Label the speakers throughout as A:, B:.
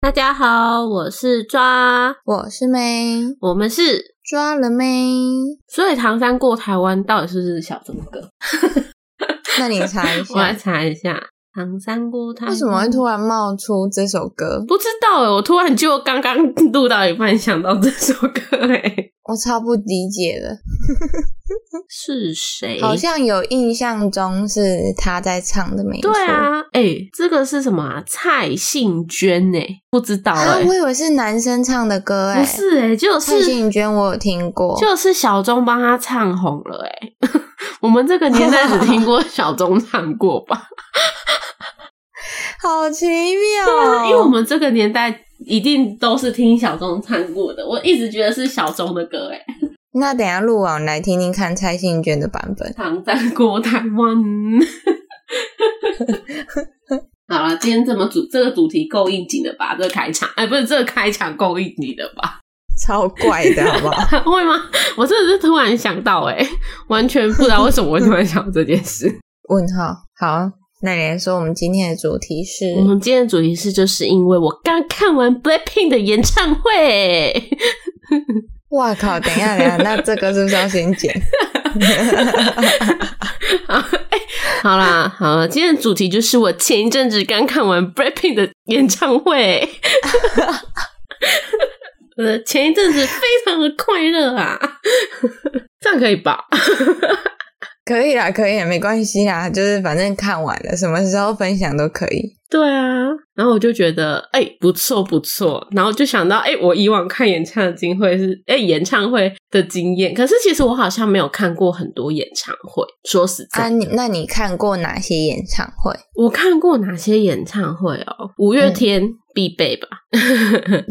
A: 大家好，我是抓，
B: 我是妹，
A: 我们是，
B: 抓了妹。
A: 所以唐山过台湾到底是不是小这么个？
B: 那你查一
A: 我来
B: 下，
A: 查一下，唐山过台湾
B: 为什么会突然冒出这首歌？
A: 不知道哎、我突然就刚刚录到一半想到这首歌哎、
B: 我超不理解的。
A: 是谁？
B: 好像有印象中是他在唱的，没错。
A: 对，啊，哎、这个是什么、啊？蔡幸娟哎、不知道
B: 啊
A: 哎、，
B: 我以为是男生唱的歌哎、
A: 不是哎、就
B: 蔡
A: 是
B: 幸娟我有听过，
A: 就是小钟帮他唱红了哎、 我们这个年代只听过小钟唱过吧，
B: 好奇
A: 对
B: 妙哦
A: 啊，因为我们这个年代一定都是听小钟唱过的。我一直觉得是小钟的歌，哎，
B: 那等一下录完我们来听听看蔡幸娟的版本。
A: 《唐山过台湾》。好了，今天这么主这个主题够应景的吧？这个开场，哎、不是这个开场够应景的吧？
B: 超怪的好不好？
A: 会吗？我真的是突然想到、哎，完全不知道为什么我突然想到这件事。
B: 问号好，那你来说我们今天的主题是
A: 我们今天的主题是，就是因为我刚看完 BLACKPINK 的演唱会。
B: 哇靠！等一下，等一下，那这个是不是要先剪？
A: 好啦，好了，今天的主题就是我前一阵子刚看完 Blackpink 的演唱会， 呃，前一阵子非常的快乐啊， 这样可以吧？
B: 可以啦，可以啦，没关系啦，就是反正看完了，什么时候分享都可以。
A: 对啊，然后我就觉得，哎、不错不错，然后就想到，哎、我以往看演唱的经会是，哎、演唱会的经验，可是其实我好像没有看过很多演唱会，说实在，
B: 啊，你那你看过哪些演唱会？
A: 我看过哪些演唱会哦？五月天、必备吧，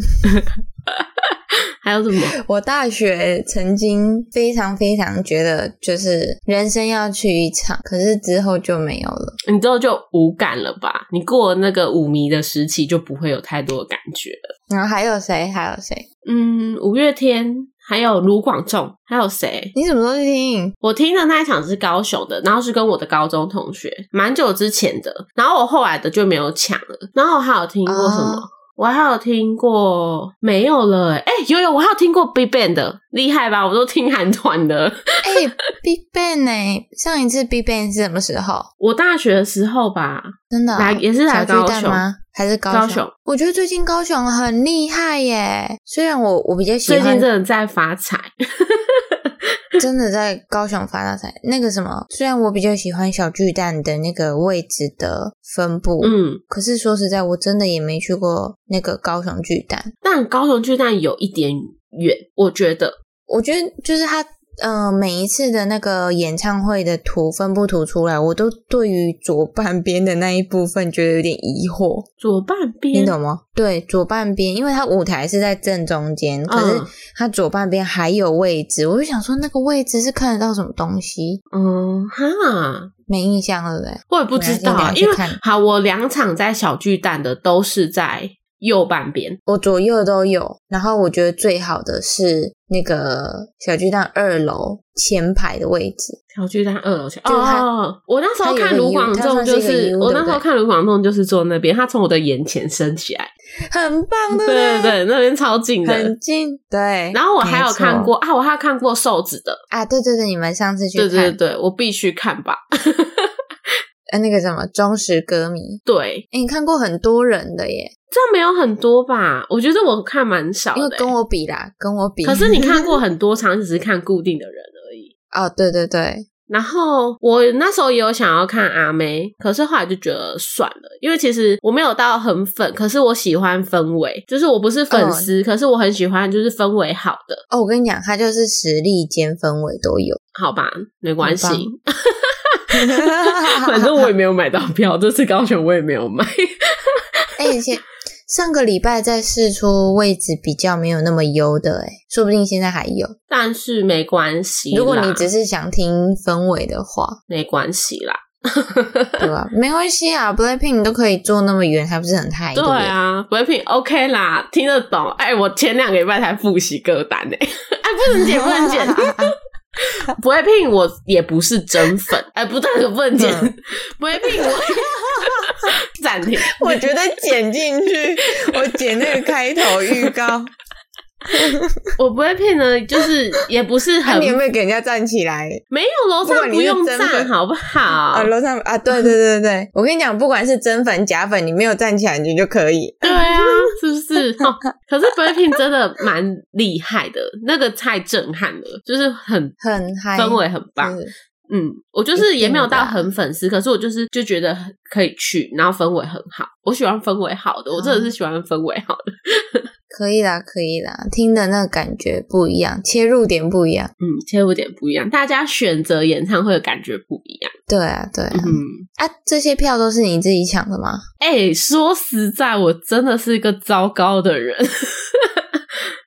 A: 还有什么？
B: 我大学曾经非常非常觉得，就是人生要去一场，可是之后就没有了。
A: 你之后就无感了吧？你过了那个舞迷的时期，就不会有太多的感觉了。
B: 然后还有谁？还有谁？
A: 嗯，五月天，还有卢广仲，还有谁？
B: 你什么时候去听？
A: 我听的那一场是高雄的，然后是跟我的高中同学，蛮久之前的。然后我后来的就没有抢了。然后我还有听过什么？
B: 啊
A: 我还有听过没有了、欸？哎、有有，我还有听过 Big Bang 的，厉害吧？我都听韩团的。
B: 哎、b i g Bang 呢、上一次 Big Bang 是什么时候？
A: 我大学的时候吧，
B: 真的哦、
A: 来也是来
B: 小巨
A: 高
B: 蛋
A: 雄
B: 吗？还是高雄？
A: 高雄
B: 我觉得最近高雄很厉害耶。虽然我我比较喜
A: 最近
B: 欢
A: 真的在发财。
B: 真的在高雄发大财，那个什么，虽然我比较喜欢小巨蛋的那个位置的分布，
A: 嗯，
B: 可是说实在，我真的也没去过那个高雄巨蛋。
A: 但高雄巨蛋有一点远，我觉得
B: 我觉得就是它，呃，每一次的那个演唱会的图分布图出来，我都对于左半边的那一部分觉得有点疑惑。
A: 左半
B: 你
A: 边
B: 懂吗？对，左半边，因为它舞台是在正中间，可是
A: 嗯
B: 它左半边还有位置，我就想说那个位置是看得到什么东西，
A: 嗯哈，
B: 没印象了嘞。
A: 我也不知道啊，
B: 我要先等下去
A: 因为
B: 看
A: 好，我两场在小巨蛋的都是在右半边，
B: 我左右都有，然后我觉得最好的是那个小巨蛋二楼前排的位置，
A: 小巨蛋二楼去。
B: 就是它
A: 哦，我那时候
B: 它有一
A: 看
B: 个
A: 卢
B: U，
A: 广
B: 它
A: 仲
B: 算
A: 就是
B: 一个 U，
A: 我
B: 对
A: 那
B: 不
A: 时候
B: 对
A: 看卢广仲就是坐那边，他从我的眼前升起来，
B: 很棒，
A: 对
B: 不
A: 对
B: 对
A: 对，那边超近的。
B: 很近，对。
A: 然后我还有
B: 没错
A: 看过啊，我还有看过瘦子的，
B: 啊，对对对，你们上次去
A: 对
B: 看，
A: 对对，我必须看吧。
B: 呃，那个什么忠实歌迷，
A: 对，
B: 哎，你看过很多人的耶，
A: 这样没有很多吧？我觉得我看蛮少的、
B: 因
A: 欸，
B: 为跟我比啦，跟我比，
A: 可是你看 过很多场，只是看固定的人而已。
B: 哦，对对对，
A: 然后我那时候也有想要看阿妹，可是后来就觉得算了，因为其实我没有到很粉，可是我喜欢氛围，就是我不是粉丝，可是我很喜欢就是氛围好的，
B: 哦，我跟你讲，它就是实力兼氛围 都有。
A: 好吧，没关系，
B: 很
A: 反正我也没有买到票，这次高雄我也没有买，
B: 哎、欸，现上个礼拜在试出位置比较没有那么优的、欸，哎，说不定现在还有。
A: 但是没关系啦，
B: 如果你只是想听氛围的话，
A: 没关系啦。
B: 对吧？没关系啊，Blackpink 都可以坐那么远，还不是很嗨？
A: 对
B: 不对
A: 啊，Blackpink OK 啦，听得懂。哎、我前两个礼拜才复习歌单呢、 哎，不能剪，不能 剪。Blackpink 我也不是真粉，哎、不对，不能剪。
B: 嗯
A: Blackpink 我 暂停。
B: 我觉得剪进去， 我剪那个开头预 告，
A: 我 Blackpink 呢，就是也不是
B: 那、
A: 很
B: 啊你有没有给人家站起来？
A: 没有楼
B: 不
A: 上
B: 管你
A: 不
B: 是
A: 用
B: 真粉
A: 站，好不好
B: 啊，？楼上啊，对对对对对，我跟你讲，不管是真粉假粉，你没有站起来，你就可以。
A: 对啊，是不是？哦、可是 Blackpink 真的蛮厉害的，那个太震撼了，就是很
B: 很嗨，
A: 氛围很棒。
B: 是
A: 嗯，我就是也没有到
B: 一定的啊
A: 很粉丝，可是我就是就觉得很可以去，然后氛围很好，我喜欢氛围好的，我真的
B: 啊
A: 是喜欢氛围好的。
B: 可以啦，可以啦，听的那个感觉不一样，切入点不一样。
A: 嗯，切入点不一样，大家选择演唱会的感觉不一样。
B: 对啊，对啊，
A: 嗯，
B: 啊，这些票都是你自己抢的吗？
A: 哎、说实在，我真的是一个糟糕的人。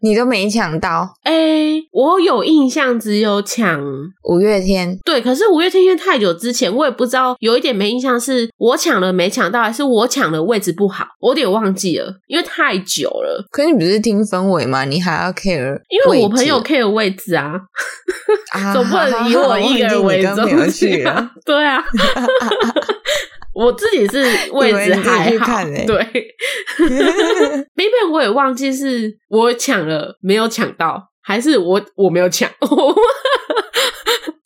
B: 你都没抢到
A: 哎、我有印象只有抢
B: 五月天，
A: 对，可是五月天因为太久之前，我也不知道，有一点没印象，是我抢了没抢到，还是我抢了位置不好，我有点忘记了，因为太久了。
B: 可是你不是听氛围吗？你还要 care？
A: 因为我朋友
B: 位置
A: care 位置啊，
B: 啊，
A: 总不能以我一个人为
B: 忘记你跟朋
A: 中
B: 友
A: 心
B: 去了
A: 啊。。对啊，我自己是位置还
B: 以为你自己去
A: 好，
B: 看欸
A: 对。b i b a n 我也忘记是我抢了没有抢到，还是我我没有抢。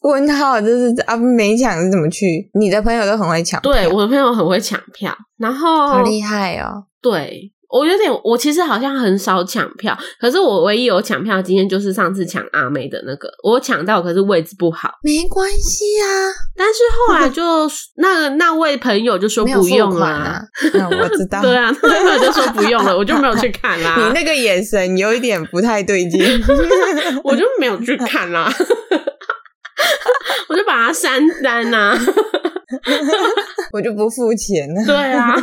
B: 问号就是啊，没抢是怎么去？你的朋友都很会抢，
A: 对，，我的朋友很会抢票，然
B: 好
A: 后
B: 厉害哦。
A: 对。我有点，我其实好像很少抢票，可是我唯一有抢票的经验就是上次抢阿妹的那个，我抢到，可是位置不好，
B: 没关系啊，
A: 但是后来就那那位朋友就说
B: 没有
A: 不
B: 付
A: 用了
B: 款啊。那我知 道，
A: 对啊，那朋友就说不用了，我就没有去看啦、
B: 你那个眼神有一点不太对劲。
A: 我就没有去看啦、我就把它删删呐、
B: 我就不付钱了。
A: 对啊，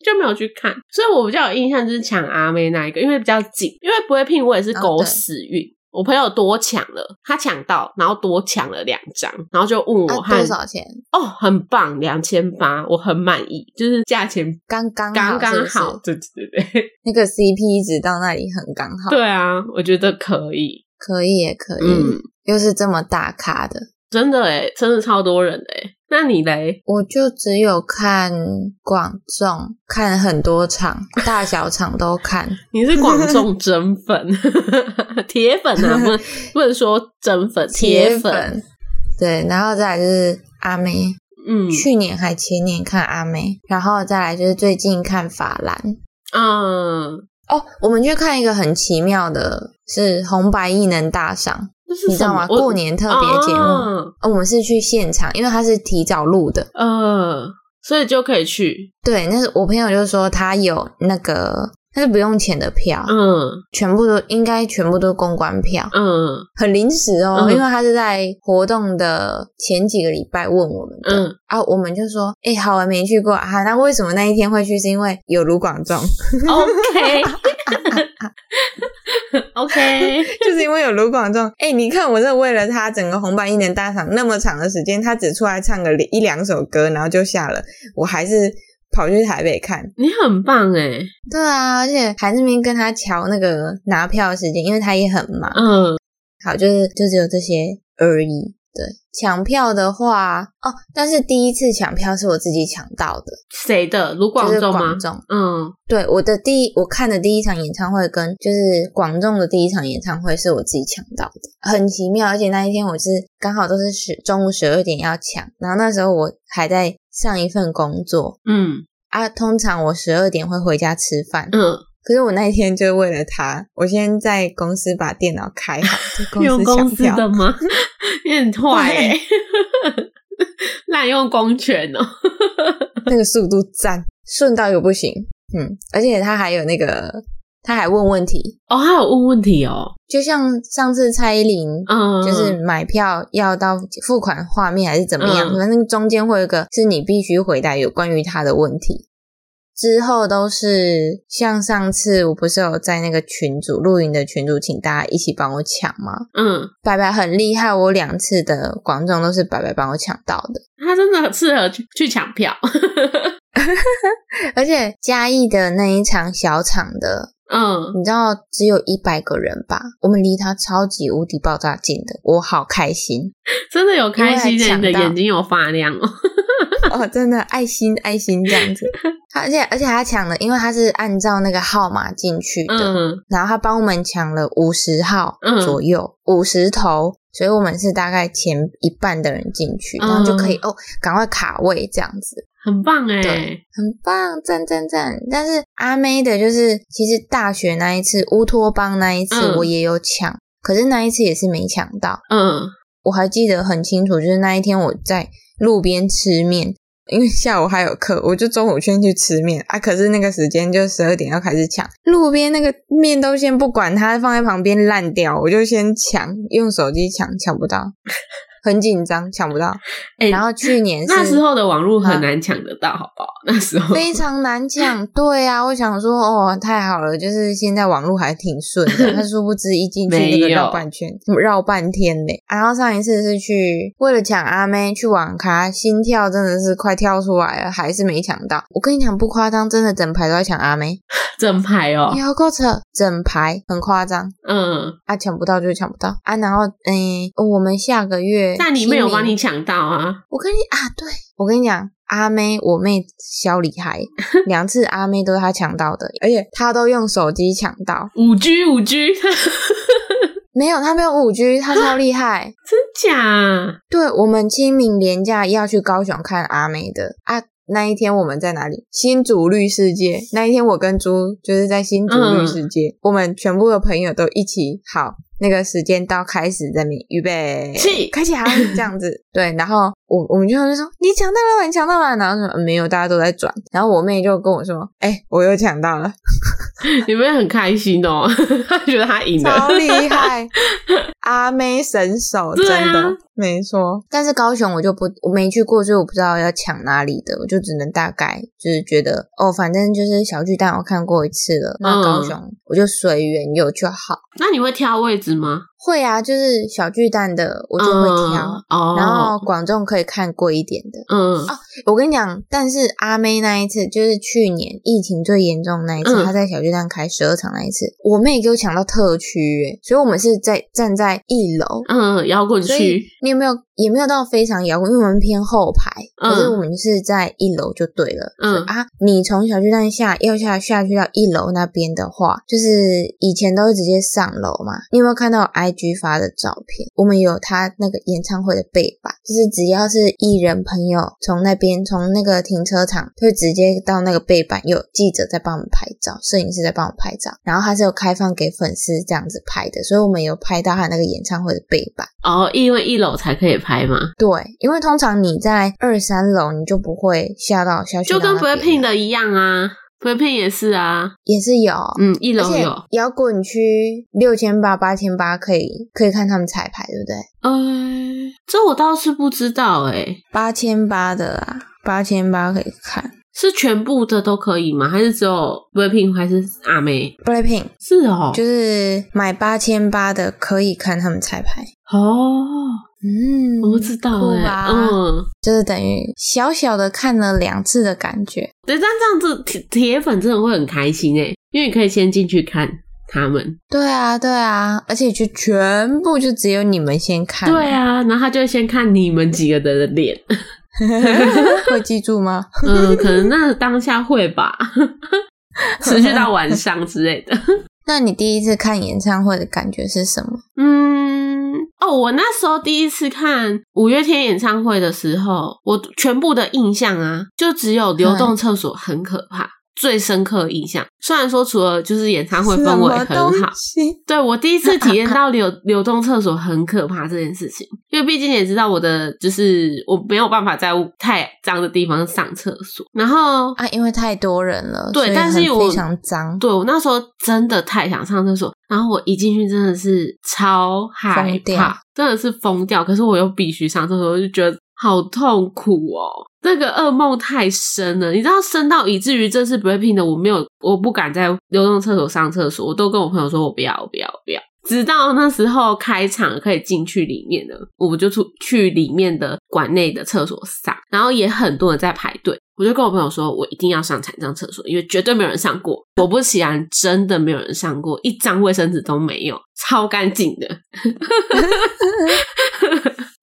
A: 就没有去看，所以我比较有印象就是抢阿妹那一个，因为比较紧，因为不会拼我也是
B: 哦
A: 狗屎运。我朋友多抢了，他抢到，然后多抢了两张，然后就问我
B: 啊，
A: 和、
B: 多少钱？
A: 哦，很棒，两千八，我很满意，就是价钱
B: 刚刚
A: 刚刚
B: 是不是
A: 好，对对对对，
B: 那个 CP 值到那里很刚好，
A: 对啊，我觉得可以，
B: 可以也可以，
A: 嗯，
B: 又是这么大咖的，
A: 真的诶真的超多人的诶那你嘞？
B: 我就只有看广众，看很多场，大小场都看。
A: 你是广众真粉， 铁粉啊， 不能不能说真粉， 铁粉，
B: 粉，对，然后再来就是阿妹，
A: 嗯
B: 去年还前年看阿妹，然后再来就是最近看法兰。
A: 嗯，
B: 哦，我们去看一个很奇妙的，是红白艺能大赏，
A: 这是
B: 你知
A: 什
B: 道
A: 么
B: 吗？？
A: 我
B: 过年特别节目、
A: 哦
B: 哦我们是去现场，因为它是提早录的。
A: 呃，所以就可以去，
B: 对，那是我朋友就说他有那个，他是不用钱的票，
A: 嗯
B: 全部都应该全部都公关票，
A: 嗯
B: 很临时哦，
A: 嗯
B: 因为他是在活动的前几个礼拜问我们的、
A: 嗯，
B: 啊，我们就说，哎、好玩没去过啊，那为什么那一天会去？是因为有卢广 仲，
A: ，OK OK，
B: 就是因为有卢广仲。哎、你看我这为了他整个红白一年大赏那么长的时间，他只出来唱个一两首歌，然后就下了，我还是跑去台北看。
A: 你很棒欸诶
B: 对啊，而且还那边跟他瞧那个拿票的时间，因为他也很忙。
A: 嗯
B: 好，就是就只有这些而已。对，抢票的话，哦，但是第一次抢票是我自己抢到的，
A: 谁的？卢广
B: 就是
A: 仲吗
B: 广？众。
A: 嗯
B: 对，我的第一我看的第一场演唱会跟就是广众的第一场演唱会是我自己抢到的，很奇妙。而且那一天我是刚好都是十中午十二点要抢，然后那时候我还在上一份工作
A: 嗯
B: 啊，通常我十二点会回家吃饭，
A: 嗯，
B: 可是我那一天就为了他，我先在公司把电脑开好，在
A: 用公
B: 公
A: 司
B: 司抢票
A: 的。吗？ 你很坏诶、 滥用公权哦、
B: 那个速度赞，顺到又不行。嗯，而且他还有那个，他还问问题，
A: 哦，还有问问题哦，
B: 就像上次蔡依林。
A: 嗯，
B: 就是买票要到付款画面还是怎么样，
A: 嗯
B: 反正中间会有一个是你必须回答有关于他的问题，之后都是像上次我不是有在那个群组露营的群组，请大家一起帮我抢吗？
A: 嗯，
B: 白白很厉害，我两次的广众都是白白帮我抢到的。
A: 他真的很适合去去抢票。
B: 而且嘉义的那一场小场的，
A: 嗯，
B: 你知道只有一百个人吧？我们离他超级无敌爆炸近的，我好开心
A: 真的有开心
B: 因为
A: 的，
B: 抢
A: 你的
B: 到
A: 眼睛有发亮哦。
B: 哦！真的爱心爱心这 样子，他而且而且他抢了，因为他是按照那个号码进去的，
A: 嗯
B: 然后他帮我们抢了五十号
A: 嗯
B: 左右，五十、头，所以我们是大概前一半的人进去，然后就可以、
A: 嗯
B: 哦，赶快卡位这样子，
A: 很棒哎、
B: 对很棒，赞赞赞！但是阿妹的就是，其实大学那一次乌托邦那一次
A: 嗯
B: 我也有抢，可是那一次也是没抢到，
A: 嗯，
B: 我还记得很清楚，就是那一天我在路边吃面。因为下午还有课，我就中午先去吃面啊。可是那个时间就十二点要开始抢，路边那个面都先不管它，放在旁边烂掉，我就先抢，用手机抢，抢不到，很紧张，抢不到。
A: 哎、
B: 然后去年是
A: 那时候的网络
B: 啊
A: 很难抢得到，好不好？那时候
B: 非常难抢。对啊，我想说，哦，太好了，就是现在网络还挺顺的。他殊不知一进去那个
A: 没有
B: 绕半圈，绕半天嘞。然后上一次是去为了抢阿妹去网咖，心跳真的是快跳出来了，还是没抢到。我跟你讲不夸张，真的整排都在抢阿妹，
A: 正牌哦，
B: 有够扯，整排很夸张。
A: 嗯，
B: 啊，抢不到就抢不到啊！然后，嗯、我们下个月，
A: 但你
B: 没
A: 没有帮你抢到啊，
B: 我跟你啊，对我跟你讲，阿妹我妹小厉 害，两次阿妹都是她抢到的，而且她都用手机抢到，
A: 五 G 五 G，真
B: 没有她没有五 G，她超厉 害。
A: 假啊？
B: 对我们清明连假要去高雄看阿妹的啊。那一天我们在哪里？新竹绿世界。那一天我跟猪就是在新竹绿世界，我们全部的朋友都一起。好，那个时间到，开始在面预备
A: 起
B: 开起来这样子。 对，然后我我们就就说你抢到了，你抢到了，然后说、嗯没有，大家都在转。然后我妹就跟我说，哎、我又抢到了，
A: 你们很开心哦， 他觉得他赢了
B: 超，厉 害，阿妹神手，真
A: 对啊
B: 的、没错。但是高雄我就不我没去过，所以我不知道要抢哪里的，我就只能大概就是觉得哦，反正就是小巨蛋我看过一次了，那
A: 嗯
B: 高雄我就随缘有就好。
A: 那你会挑位置吗？
B: 会啊，就是小巨蛋的我就会挑，
A: 嗯、哦，
B: 然后广众可以看贵一点的。
A: 嗯
B: 我跟你讲，但是阿妹那一次就是去年疫情最严重那一次，
A: 嗯
B: 她在小巨蛋开十二场那一次，我妹给我抢到特区耶，所以我们是在站在一楼。
A: 嗯，摇滚
B: 所以
A: 区，
B: 你有没有也没有到非常摇滚，因为我们偏后排，
A: 嗯
B: 可是我们是在一楼就对了。
A: 嗯
B: 啊，你从小巨蛋下要下下去到一楼那边的话，就是以前都是直接上楼嘛。你有没有看到我 IG 发的照片？我们有他那个演唱会的背板，就是只要是艺人朋友从那边从那个停车场，就直接到那个背板，有记者在帮我们拍照，摄影师在帮我们拍照，然后他是有开放给粉丝这样子拍的，所以我们有拍到他那个演唱会的背板。
A: 哦，因为一楼才可以拍嘛，
B: 对，因为通常你在二三楼，你就不会下到下去
A: 就
B: 到
A: 跟
B: 那边
A: Blackpink 的一样啊，Blackpink 也是啊，
B: 也是有，
A: 嗯，一
B: 而
A: 楼
B: 且
A: 有，
B: 摇滚区六千八、八千八可以可以看他们彩排，对不对？
A: 呃，这我倒是不知道哎、
B: 八千八的啦，八千八可以看。
A: 是全部的都可以吗？还是只有 Blackpink 还是阿妹？
B: Blackpink
A: 是哦，
B: 就是买八千八的可以看他们彩排，
A: 哦，
B: 嗯，
A: 我不知道
B: 酷
A: 哎、
B: 吧
A: 嗯，
B: 就是等于小小的看了两次的感觉。
A: 对，但这样子铁铁粉真的会很开心哎、因为你可以先进去看他们，
B: 对啊，对啊，而且就全部就只有你们先看，
A: 对，啊，然后他就会先看你们几个人的脸，
B: 会记住吗？
A: 嗯，可能那当下会 吧，持续到晚上之类的。
B: 那你第一次看演唱会的感觉是什么？
A: 嗯，哦，我那时候第一次看五月天演唱会的时候，我全部的印象啊，就只有流动厕所很可 怕，最深刻的印象。虽然说除了就是演唱会氛围很 好，对我第一次体验到流流动厕所很可怕这件事 情，因为毕竟也知道我的就是我没有办法在太脏的地方上厕所，然后
B: 啊，因为太多人了，
A: 对
B: 所以
A: 但是
B: 很
A: 我
B: 非常脏，
A: 对我那时候真的太想上厕所，然后我一进去真的是超害
B: 疯掉
A: 怕，真的是疯掉。可是我又必须上厕所，我就觉得好痛苦哦。那个噩梦太深了，你知道深到以至于这次 breaking 的我没有，我不敢在流动厕所上厕所，我都跟我朋友说我不要，我不要，我不要。直到那时候开场可以进去里面的，我就出去里面的馆内的厕所上，然后也很多人在排队。我就跟我朋友说，我一定要上残障厕所，因为绝对没有人上过。果不其然，真的没有人上过，一张卫生纸都没有，超干净的。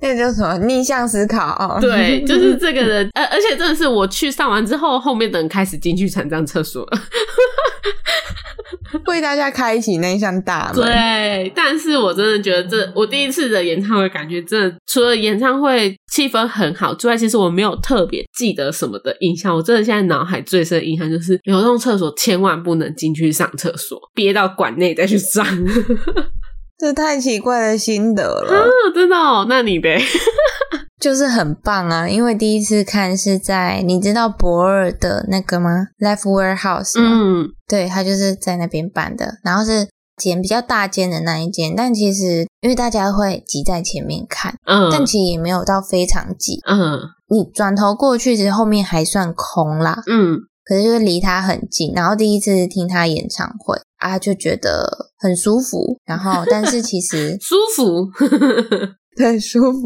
B: 那叫什么逆向思考？
A: 对，就是这个人，呃，而且真的是我去上完之后，后面的人开始进去残障厕所了。
B: 为大家开启那一扇大门。
A: 对，但是我真的觉得这我第一次的演唱会，感觉真的除了演唱会气氛很好之外，其实我没有特别记得什么的印象。我真的现在脑海最深的印象就是流动厕所千万不能进去上厕所，憋到馆内再去上。 嗯
B: 这太奇怪的心得
A: 啊
B: 了，，
A: 真的哦？那你呗？
B: 就是很棒啊！因为第一次看是在你知道博尔的那个吗？Life Warehouse，吗
A: 嗯，
B: 对，他就是在那边办的，然后是间比较大间的那一间，但其实因为大家会挤在前面看，
A: 嗯
B: 但其实也没有到非常挤，
A: 嗯
B: 你转头过去，其实后面还算空啦，
A: 嗯，
B: 可是就是离他很近，然后第一次听他演唱会啊，就觉得很舒服，然后但是其实
A: 舒服，
B: 很舒服。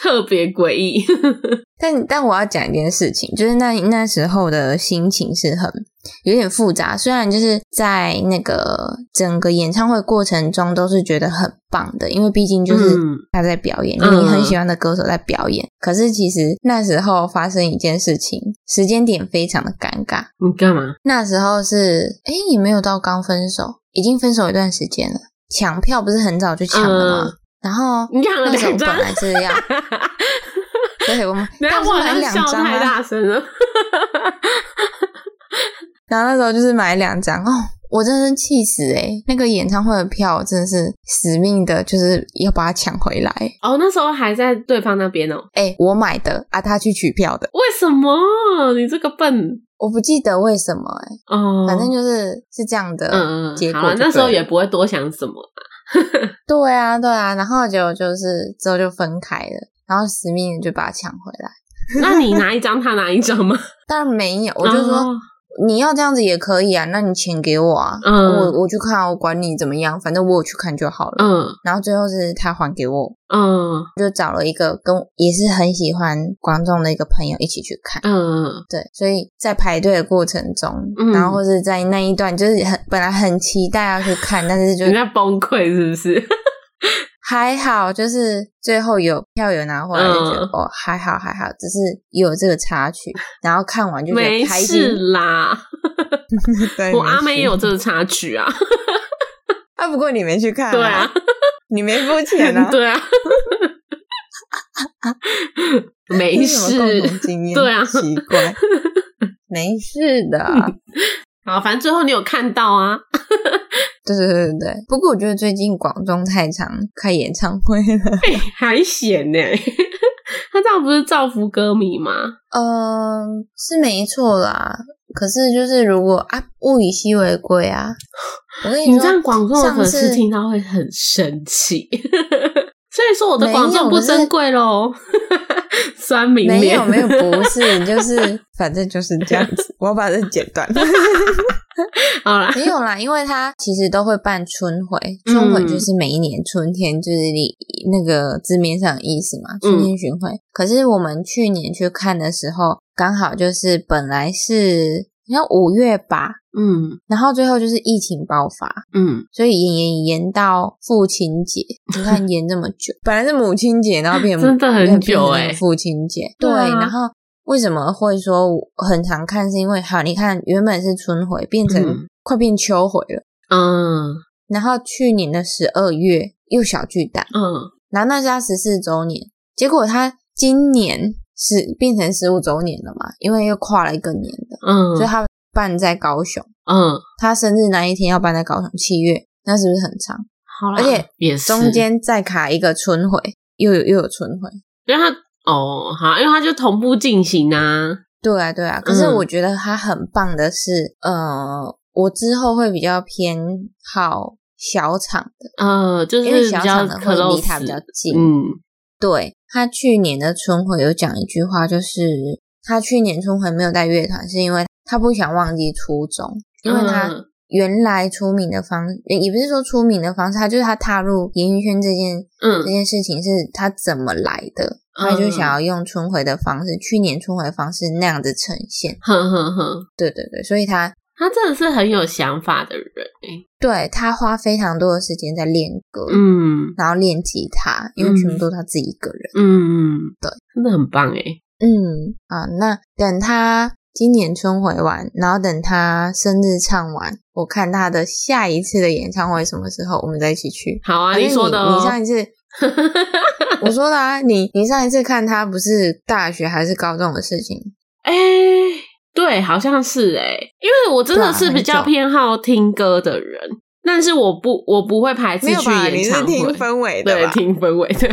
A: 特别诡异。
B: 但但我要讲一件事情，就是那那时候的心情是很有点复杂。虽然就是在那个整个演唱会过程中都是觉得很棒的，因为毕竟就是
A: 嗯
B: 他在表演，
A: 嗯
B: 就你很喜欢的歌手在表演。可是其实那时候发生一件事情，时间点非常的尴尬。
A: 你干嘛？
B: 那时候是，哎，也没有到刚分手，已经分手一段时间了。抢票不是很早就抢了吗？
A: 嗯
B: 然后
A: 你抢了
B: 那时候
A: 两
B: 本
A: 张
B: 来是要， 对，我们
A: 等一下
B: 但
A: 我
B: 是
A: 好
B: 买
A: 像
B: 两
A: 笑
B: 张
A: 太
B: 啊，
A: 大声了。
B: 然后那时候就是买两张哦。我真的是气死诶、那个演唱会的票我真的是死命的，就是要把它抢回来。
A: 哦，那时候还在对方那边哦。
B: 诶、我买的啊，他去取票的，
A: 为什么？你这个笨
B: 我不记得为什么诶、
A: 哦。
B: 反正就是是这样的
A: 嗯嗯，
B: 结果
A: 好啦
B: 就对
A: 那时候
B: 了
A: 也不会多想什么。
B: 对啊，对啊，然后结果就是之后就分开了，然后死命就把他抢回来。
A: 那你拿一张，他拿一张吗？
B: 当然没有，我就说、
A: 哦
B: 你要这样子也可以啊，那你钱给我啊，
A: 嗯
B: 我我去看啊，我管你怎么样，反正我有去看就好了。
A: 嗯
B: 然后最后是他还给我，
A: 嗯
B: 就找了一个跟我也是很喜欢观众的一个朋友一起去看。
A: 嗯
B: 对，所以在排队的过程中，
A: 嗯
B: 然后或是在那一段，就是很本来很期待要去看，但是就
A: 你在崩溃是不是？
B: 还好，就是最后有票有拿回来，就觉得、
A: 嗯
B: 哦还好还好，只是有这个插曲，然后看完就觉
A: 没
B: 得开心
A: 事。啦，
B: 对
A: 我阿妹也有
B: 事
A: 这个插曲啊。
B: 啊，不过你没去看、
A: 对啊，，
B: 你没付钱啊，
A: 对啊， 没
B: 这是什么共同
A: 事。
B: 经 验，
A: 对啊
B: 奇怪，没事 的啊、
A: 好，反正最后你有看到啊。
B: 对对对对对。不过我觉得最近广东太常开演唱会了，
A: 哎、还险 呢、他这样不是造福歌迷吗？
B: 嗯，是没错啦。可是就是如果啊，物以稀为贵啊，我跟
A: 你
B: 说，
A: 这样广众的粉
B: 上
A: 丝
B: 次
A: 听到会很生 气，所以说我的
B: 没有
A: 广众不
B: 可是
A: 珍贵喽。酸民
B: 没
A: 脸
B: 有没有，不是， 就是反正就是这样 子。我要把这剪断。
A: 好啦，
B: 没有啦，因为他其实都会办春回，春回就是每一年春天，就是你那个字面上的意思嘛，春天巡回。可是我们去年去看的时候，刚好就是本来是好像五月吧，
A: 嗯
B: 然后最后就是疫情爆发，
A: 嗯，
B: 所以延延延到父亲节。你 看延这么久，本来是母亲节，然后 变
A: 真的很
B: 变
A: 久
B: 变成
A: 欸
B: 父亲节。
A: 对
B: 对，
A: 啊
B: 然后为什么会说很常看？是因为好，你看原本是春回，变
A: 嗯
B: 成快变秋回了。
A: 嗯
B: 然后去年的十二月又小巨蛋，
A: 嗯，
B: 然后那是他十四周年，结果他今年是变成十五周年了嘛，因为又跨了一个年的，
A: 嗯
B: 所以他办在高雄，
A: 嗯，
B: 他生日那一天要办在高雄，七月，那是不是很长？
A: 好啦，
B: 而且
A: 也是
B: 中，间再卡一个春回，又有又有春回，
A: 因为他哦好，因为他就同步进行啊，
B: 对啊对啊。可是
A: 嗯
B: 我觉得他很棒的是，呃，我之后会比较偏好小场的，
A: 呃，就
B: 因为
A: 是
B: 小
A: 比较
B: 场的
A: 克
B: 会
A: 洛
B: 离他
A: 斯
B: 比，较近，
A: 嗯
B: 对，他去年的春回有讲一句话，就是他去年春回没有带乐团，是因为他不想忘记初衷，因为他
A: 嗯
B: 原来出名的方，也也不是说出名的方式，他就是他踏入演艺圈这件这
A: 嗯
B: 件事情是他怎么来的，他就
A: 嗯
B: 想要用春回的方式，去年春回的方式那样子呈现。
A: 哼哼哼，
B: 对对对，所以他
A: 嗯他真的是很有想法的人欸
B: 对他花非常多的时间在练歌，
A: 嗯
B: 然后练吉他，因为
A: 嗯
B: 全部都是他自己一个人。
A: 嗯，
B: 对，
A: 真的很棒哎。
B: 嗯啊，那等他今年春回完，然后等他生日唱完，我看他的下一次的演唱会什么时候，我们再一起去。
A: 好啊，
B: 反正
A: 你说的
B: 你，
A: 哦
B: 你。上一次我说的啊，你你上一次看他不是大学还是高中的事情？
A: 哎、对，好像是哎、因为我真
B: 对
A: 的
B: 啊
A: 是
B: 很
A: 比较
B: 久
A: 偏好听歌的人，但是我不我不会排斥去演唱会。
B: 围
A: 对， 听氛围的。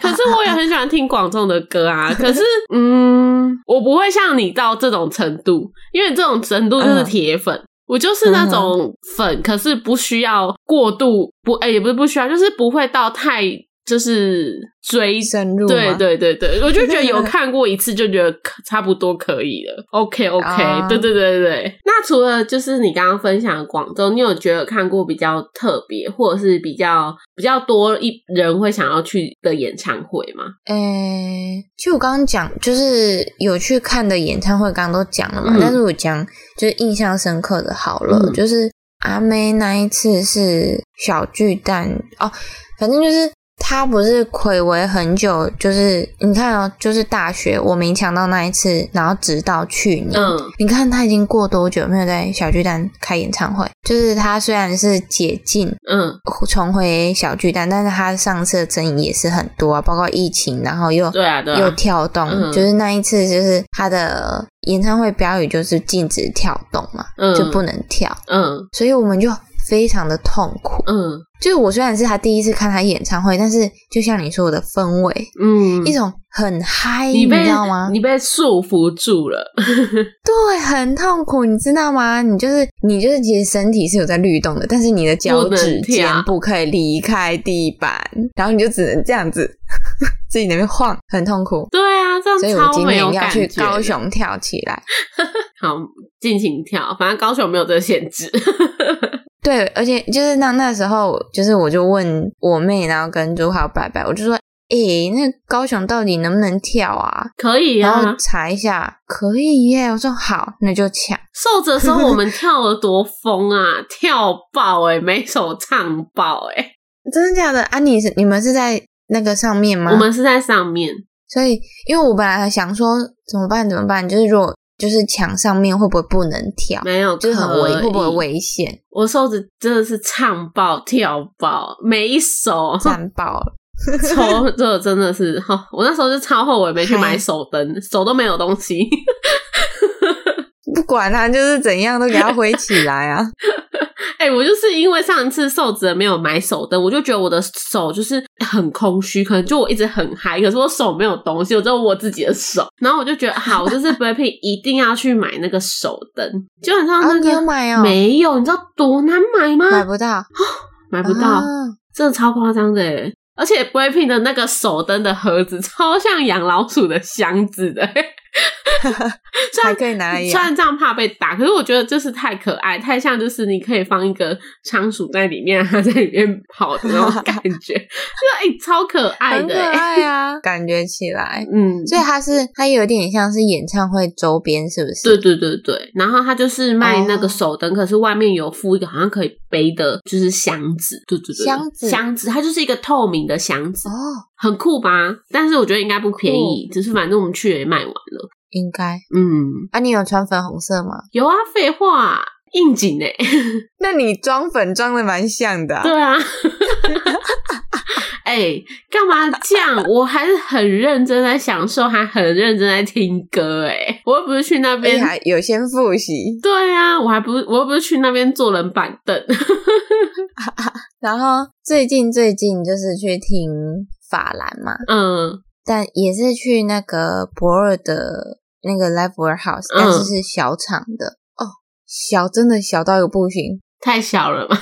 A: 可是我也很喜欢听广众的歌啊。可是，嗯，我不会像你到这种程度，因为这种程度就是
B: 嗯
A: 铁粉。我就是那种粉，可是不需要过度不，哎、也不是不需要，就是不会到太就是追
B: 深入
A: 对
B: 吗
A: 对对对，我就觉得有看过一次就觉得可差不多可以了。OK OK，、
B: 啊
A: 对对对对。那除了就是你刚刚分享的广州，你有觉得看过比较特别，或者是比较比较多一人会想要去的演唱会吗？
B: 诶，就我刚刚讲，就是有去看的演唱会，刚刚都讲了嘛。
A: 嗯
B: 但是我讲就是印象深刻的，好了，
A: 嗯
B: 就是阿妹那一次是小巨蛋哦，反正就是她不是暌违很久，就是你看哦，就是大学我没抢到那一次，然后直到去年，
A: 嗯
B: 你看她已经过多久没有在小巨蛋开演唱会？就是她虽然是解禁，
A: 嗯，
B: 重回小巨蛋，但是他上次的争议也是很多啊，包括疫情，然后又、
A: 对啊对
B: 又
A: 啊，
B: 跳动，
A: 嗯
B: 就是那一次就是他的演唱会标语就是禁止跳动嘛，
A: 嗯
B: 就不能跳，
A: 嗯
B: 所以我们就非常的痛苦。
A: 嗯
B: 就是我虽然是他第一次看他演唱会，但是就像你说的氛围，
A: 嗯
B: 一，种很嗨，
A: 你
B: 你
A: 被
B: 知道吗？
A: 你被束缚住了，
B: 对，很痛苦，你知道吗？你就是你就是其实身体是有在律动的，但是你的脚
A: 不能
B: 趾间
A: 跳
B: 不可以离开地板，然后你就只能这样子 自己在那边晃，很痛苦。
A: 对啊，这
B: 所以
A: 样
B: 我
A: 超
B: 今
A: 没
B: 年
A: 有
B: 要
A: 感
B: 去
A: 觉。
B: 高雄跳起来。
A: 好，尽情跳，反正高雄没有这个限制。
B: 对，而且就是那那时候，就是我就问我妹，然后跟朱豪拜拜，我就说：“诶、那高雄到底能不能跳啊？”
A: 可以
B: 然
A: 啊
B: 后，查一下，可以耶。我说好，那就抢。
A: 受着说我们跳得多疯啊， 跳爆哎、欸，每首唱爆哎、
B: 真的假的？啊，你是你们是在那个上面吗？
A: 我们是在上面，
B: 所以，因为我本来还想说怎么办怎么办，就是如果就是墙上面会不会不能跳，
A: 没有，
B: 就是很危
A: 可以
B: 会不会？危险，
A: 我瘦子真的是唱爆、跳爆，每一 首
B: 站爆了。
A: 抽这真的是，哦我那时候就超后悔没去买手灯，手都没有东西。
B: 不管它、就是怎样都给它挥起来 啊！
A: 哎、我就是因为上一次瘦子没有买手灯，我就觉得我的手就是很空虚，可能就我一直很嗨，可是我手没有东西，我只有我自己的手。然后我就觉得，好，我就是 Blackpink 一定要去买那个手灯，基本上
B: 啊，
A: 那
B: 你有
A: 个、
B: 买哦？
A: 没有，你知道多难买吗？
B: 买不到，
A: 买不到，
B: 啊
A: 真的超夸张的耶。而且 Blackpink 的那个手灯的盒子 超像养老鼠的箱子的耶，欸 虽
B: 还
A: 然
B: 可以拿来
A: 虽
B: 养。
A: 然这样怕被打，可是我觉得就是太可爱，太像就是你可以放一个仓鼠在里面，啊 它在里面跑的那种感觉，就哎、超可爱
B: 很可
A: 的、哎
B: 爱啊，感觉起来。
A: 嗯，
B: 所以它是它有点像是演唱会周边，是不是？
A: 对对对对，然后它就是卖那个
B: 哦
A: 手灯，可是外面有附一个好像可以背的，就是箱子，对对对对，
B: 箱子
A: 箱子，它就是一个透明的箱子，
B: 哦，
A: 很酷吧？但是我觉得应该不便宜，只是反正我们去也卖完了，
B: 应该。
A: 嗯，
B: 啊，你有穿粉红色吗？
A: 有啊，废话，应景哎、
B: 那你装粉装的蛮像的、啊。
A: 对 啊。哎、干嘛这样？我还是很认真在享受，还很认真在听歌、哎，我又不是去那
B: 而且
A: 边。
B: 还有先复习。
A: 对啊，我还不是，我又不是去那边坐冷板凳。
B: 然后最近最近就是去听法兰嘛，
A: 嗯
B: 但也是去那个博尔的那个 Live Warehouse，
A: 嗯
B: 但是是小厂的、哦，小真的小到一个不行，
A: 太小了嘛，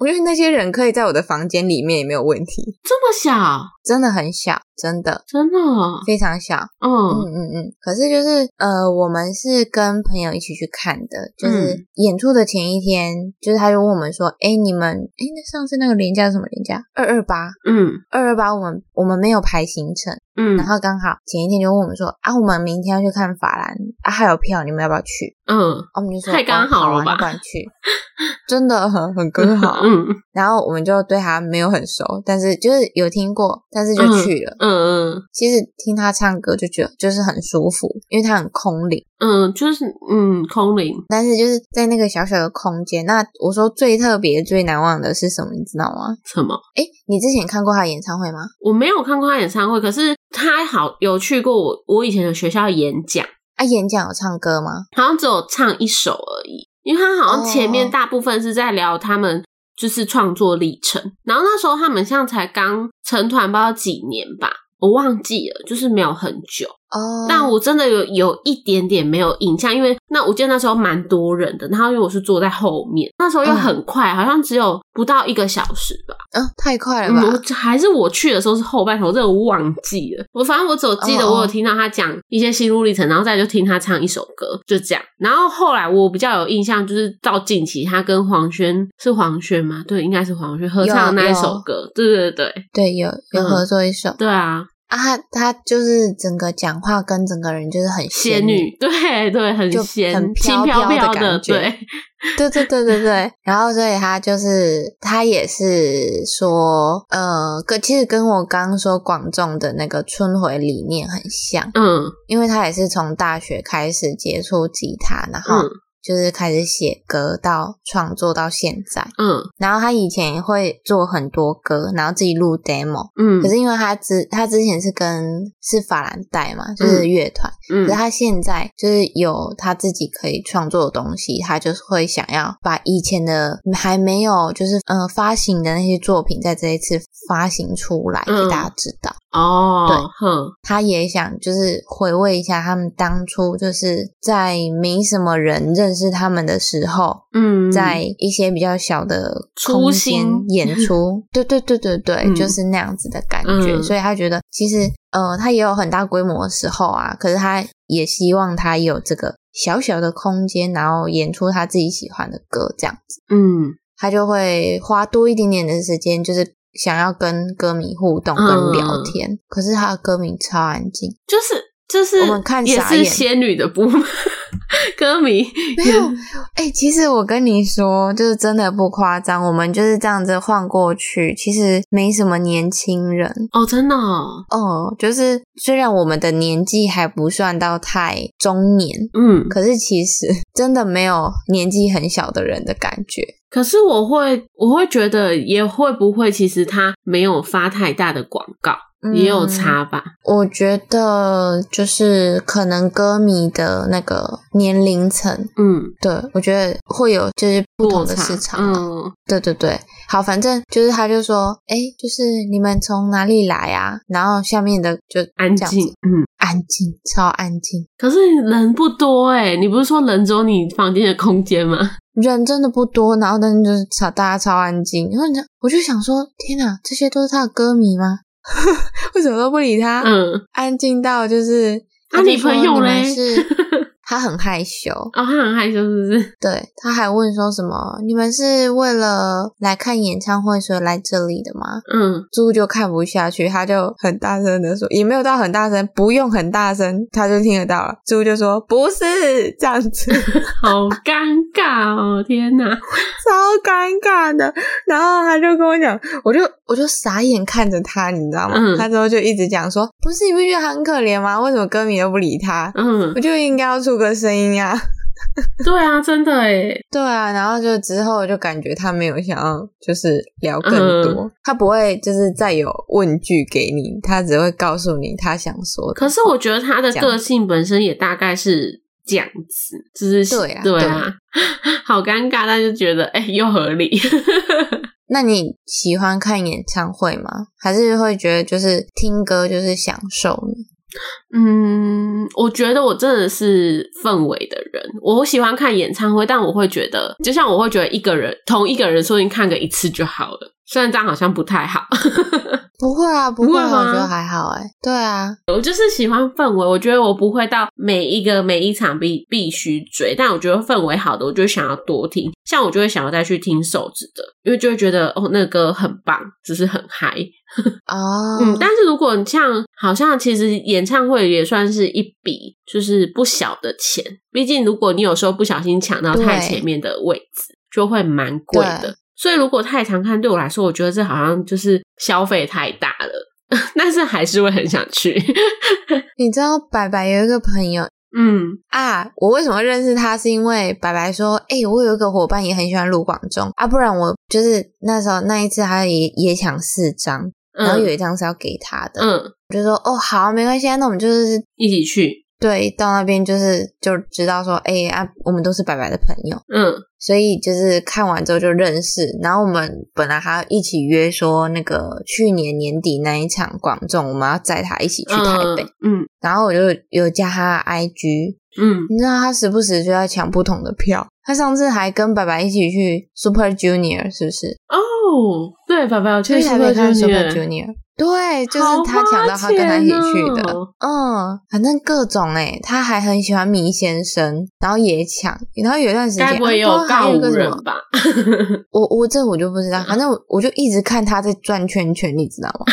B: 我觉得那些人可以在我的房间里面也没有问题，
A: 这么小，
B: 真的很小，真的
A: 真的哦，
B: 非常小。嗯
A: 嗯
B: 嗯嗯。可是就是呃，我们是跟朋友一起去看的，就是演出的前一天，就是他就问我们说：“哎，你们哎，那上次那个连假是什么连假？二二八，
A: 嗯
B: 二二八，我们我们没有排行程，
A: 嗯
B: 然后刚好前一天就问我们说啊，我们明天要去看法兰啊，还有票，你们要不要去？
A: 嗯
B: 啊我们就说
A: 太刚
B: 哦
A: 好
B: 好
A: 了
B: 啊
A: 吧
B: 要不然去， 真的很很刚好。啊
A: 嗯嗯
B: 然后我们就对他没有很熟，但是就是有听过，但是就去了。
A: 嗯
B: 其实听他唱歌就觉得就是很舒服，因为他很空灵。
A: 嗯，就是嗯空灵，
B: 但是就是在那个小小的空间，那我说最特别、最难忘的是什么，你知道吗？
A: 什么？
B: 诶，你之前看过他的演唱会吗？
A: 我没有看过他演唱会，可是他好有去过我我以前的学校演讲，
B: 啊，演讲有唱歌吗？
A: 好像只有唱一首而已，因为他好像前面
B: 哦
A: 大部分是在聊他们就是创作历程，然后那时候他们像才刚成团，不知道几年吧，我忘记了，就是没有很久。
B: 哦，
A: 但我真的有有一点点没有印象，因为那我记得那时候蛮多人的，然后因为我是坐在后面，那时候又很快，好像只有不到一个小时吧。
B: 嗯、太快了
A: 嗯
B: 吧？
A: 我还是我去的时候是后半程，我真的忘记了。我反正我只有记得
B: 哦哦
A: 我有听到他讲一些心路历程，然后再就听他唱一首歌，就这样。然后后来我比较有印象，就是到近期他跟黄轩是黄轩吗？对，应该是黄轩合唱的那一首歌。对对对对
B: 对，有有
A: 嗯
B: 合作一首、
A: 对啊，
B: 啊，他他就是整个讲话跟整个人就是很
A: 仙
B: 女，
A: 女，对对，很
B: 就
A: 仙，
B: 很
A: 轻
B: 飘
A: 飘
B: 飘的感
A: 的，
B: 觉
A: 对，
B: 对对对对对。然后所以他就是他也是说，呃，跟其实跟我刚刚说广众的那个春回理念很像，
A: 嗯
B: 因为他也是从大学开始接触吉他，然后
A: 嗯
B: 就是开始写歌到创作到现在。
A: 嗯
B: 然后他以前会做很多歌，然后自己录 demo，
A: 嗯，
B: 可是因为他之他之前是跟是法兰黛嘛，就是乐团，可是
A: 嗯
B: 他现在就是有他自己可以创作的东西，他就是会想要把以前的还没有就是呃发行的那些作品，在这一次发行出来
A: 嗯
B: 给大家知道。
A: 哦，哼，
B: 他也想就是回味一下他们当初就是在没什么人认识他们的时候，
A: 嗯，
B: 在一些比较小的
A: 初
B: 空间
A: 心
B: 演出，对对对对对，
A: 嗯
B: 就是那样子的感觉。
A: 嗯
B: 所以他觉得，其实呃，他也有很大规模的时候啊，可是他也希望他有这个小小的空间，然后演出他自己喜欢的歌，这样子，
A: 嗯
B: 他就会花多一点点的时间，就是想要跟歌迷互动、
A: 嗯
B: 跟聊天。可是他的歌迷超安静，
A: 就是就是
B: 我们看
A: 也
B: 傻
A: 是
B: 眼
A: 仙女的部分， 歌迷
B: 没有，哎、其实我跟你说，就是真的不夸张，我们就是这样子晃过去，其实没什么年轻人
A: 哦，真的哦，
B: 哦。就是虽然我们的年纪还不算到太中年，
A: 嗯，
B: 可是其实 真的没有年纪很小的人的感觉。
A: 可是我会我会觉得也会不会其实他没有发太大的广告，也有
B: 嗯，
A: 差吧，
B: 我觉得就是可能歌迷的那个年龄层，
A: 嗯，
B: 对我觉得会有就是不同
A: 落
B: 的
A: 差
B: 市场、啊，
A: 嗯
B: 对对对，好，反正就是他就说，哎，就是你们从哪里来啊？然后下面的就
A: 安
B: 这样
A: 静
B: 子，
A: 嗯。
B: 安静，超安静，
A: 可是人不多哎、你不是说人只有你房间的空间吗？
B: 人真的不多，然后但是就是超大家超安静，然后你知道我就想说，天哪，这些都是他的歌迷吗？ 为什么都不理他？
A: 嗯，
B: 安静到就是，
A: 啊
B: 他啊就
A: 你
B: 说
A: 朋友
B: 你们
A: 嘞
B: 是 他很害羞，
A: 哦，他很害羞是不是？
B: 对，他还问说什么？你们是为了来看演唱会所以来这里的吗？
A: 嗯，
B: 猪就看不下去，他就很大声的说，也没有到很大声，不用很大声，他就听得到了。猪就说不是这样子，
A: 好尴尬哦，天哪！
B: 超尴尬的。然后他就跟我讲，我就我就傻眼看着他，你知道吗？
A: 嗯
B: 他之后就一直讲说，不是你不觉得他很可怜吗？为什么歌迷都不理他？
A: 嗯
B: 我，就应该要出个声音啊，
A: 对啊，真的哎，
B: 对啊，然后就之后就感觉他没有想要就是聊更多，他不会就是再有问句给你，他只会告诉你他想说的。
A: 可是我觉得他的个性本身也大概是这样子，就是
B: 对啊
A: 对啊， 好尴尬，但就觉得哎、又合 理。
B: 那你喜欢看演唱会吗？还是会觉得就是听歌就是享受呢？
A: 嗯，我觉得我真的是氛围的人，我喜欢看演唱会，但我会觉得，就像我会觉得一个人同一个人说不定看个一次就好了，虽然这样好像不太好。
B: 不会啊，不
A: 会
B: 会啊，
A: 吗
B: 我觉得还好哎、对啊，
A: 我就是喜欢氛围，我觉得我不会到每一个每一场必必须追，但我觉得氛围好的，我就想要多听。像我就会想要再去听手指的，因为就会觉得哦，那个歌很棒，只是很嗨。
B: 哦，
A: 嗯，但是如果你像好像其实演唱会也算是一笔就是不小的钱，毕竟如果你有时候不小心抢到太
B: 对
A: 前面的位置，就会蛮贵的
B: 对。
A: 所以如果太常看，对我来说，我觉得这好像就是消费太大了， 但是还是会很想去。
B: 你知道白白有一个朋友
A: 嗯，
B: 啊，我为什么认识他是因为白白说，哎、我有一个伙伴也很喜欢卢广仲啊，不然我就是那时候那一次他也也抢四张，然后有一张是要给他的，
A: 嗯，
B: 我就说哦好，没关系，啊，那我们就是
A: 一起去，
B: 对到那边就是就知道说，哎、啊，我们都是白白的朋友。
A: 嗯
B: 所以就是看完之后就认识，然后我们本来还要一起约说那个去年年底那一场广众，我们要载他一起去台北。，
A: 嗯
B: 然后我就有加他的 IG，
A: 嗯
B: 你知道他时不时就在抢不同的票。他上次还跟爸爸一起去 Super Junior，是不是？
A: 哦，对，爸爸，我去
B: 去台
A: Super
B: 北看 Super
A: Junior，
B: Junior。对，就是
A: 好
B: 他抢到
A: 花
B: 他跟他一起去
A: 钱
B: 的，
A: 哦
B: 嗯，反正各种哎、他还很喜欢迷先生，然后也抢，然后有一段时间
A: 该不会也
B: 啊不知道还
A: 告
B: 有
A: 五
B: 个什
A: 人嗯
B: 么
A: 吧？
B: 我我这我就不知道，反正我我就一直看他在转圈圈，你知道吗？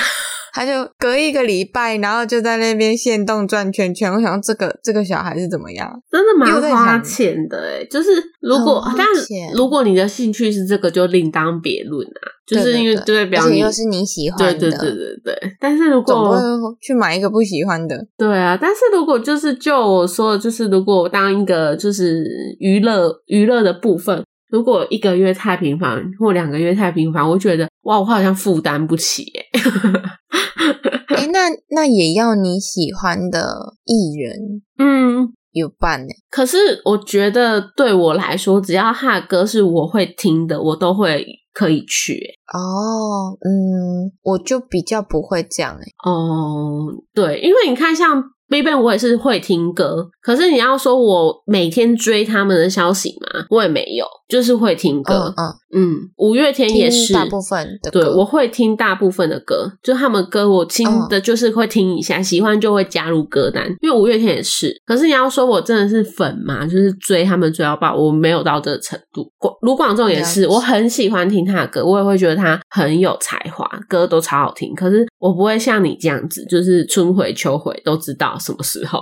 B: 他就隔一个礼拜，然后就在那边现动转圈圈。我想这个这个小孩是怎么样？
A: 真的
B: 又在
A: 蛮花
B: 想
A: 钱的哎、就是如果
B: 很花
A: 但
B: 钱
A: 如果你的兴趣是这个，就另当别论啊，就是因为
B: 对
A: 对表
B: 而且
A: 你
B: 又是你喜欢
A: 对
B: 的，
A: 对对对对，但是如
B: 总不
A: 果
B: 会去买一个不喜 欢的。
A: 对啊，但是如果就是就我说的，就是如果我当一个就是娱乐娱乐的部分，如果一个月太频繁或两个月太频繁，我觉得哇，我好像负担不起耶、
B: 诶，那那也要你喜欢的艺人
A: 嗯，
B: 有伴呢、
A: 可是我觉得对我来说，只要他的歌是我会听的，我都会可以去、欸。
B: 哦，嗯，我就比较不会这样诶。
A: 哦，对，因为你看，像 Big Bang，我也是会听歌，可是你要说我每天追他们的消息嘛，我也没有，就是会听
B: 嗯
A: 歌。
B: 嗯，
A: 嗯，五月天也是
B: 听大部分的
A: 对，
B: 歌
A: 我会听大部分的歌，就他们歌我听
B: 嗯
A: 的就是会听一下，喜欢就会加入歌单。因为五月天也是，可是你要说我真的是粉嘛，就是追他们追到爆，我没有到这个程度。广卢广仲也是，
B: 了解
A: 我很喜欢听他的歌，我也会觉得他很有才华，歌都超好听。可是我不会像你这样子，就是春回秋回都知道什么时候，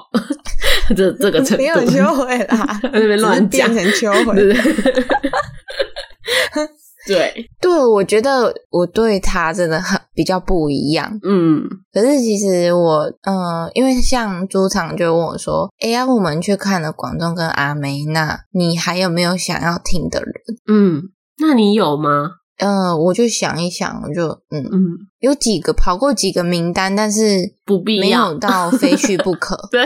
A: 这这个程度
B: 没有 秋回啦，
A: 那边乱
B: 只是
A: 讲
B: 变成秋 回。
A: 对对对对，
B: 对，我觉得我对他真的很比较不一样。
A: 嗯
B: 可是其实我，呃，因为像朱常就问我说：“哎呀，要不我们去看了广仲跟阿梅那，你还有没有想要听的人
A: 嗯，那你有吗？？”
B: 呃，我就想一想，我就嗯，
A: 嗯。
B: 有几个跑过几个名单，但是
A: 不必
B: 没
A: 要
B: 有到非去不可。
A: 对，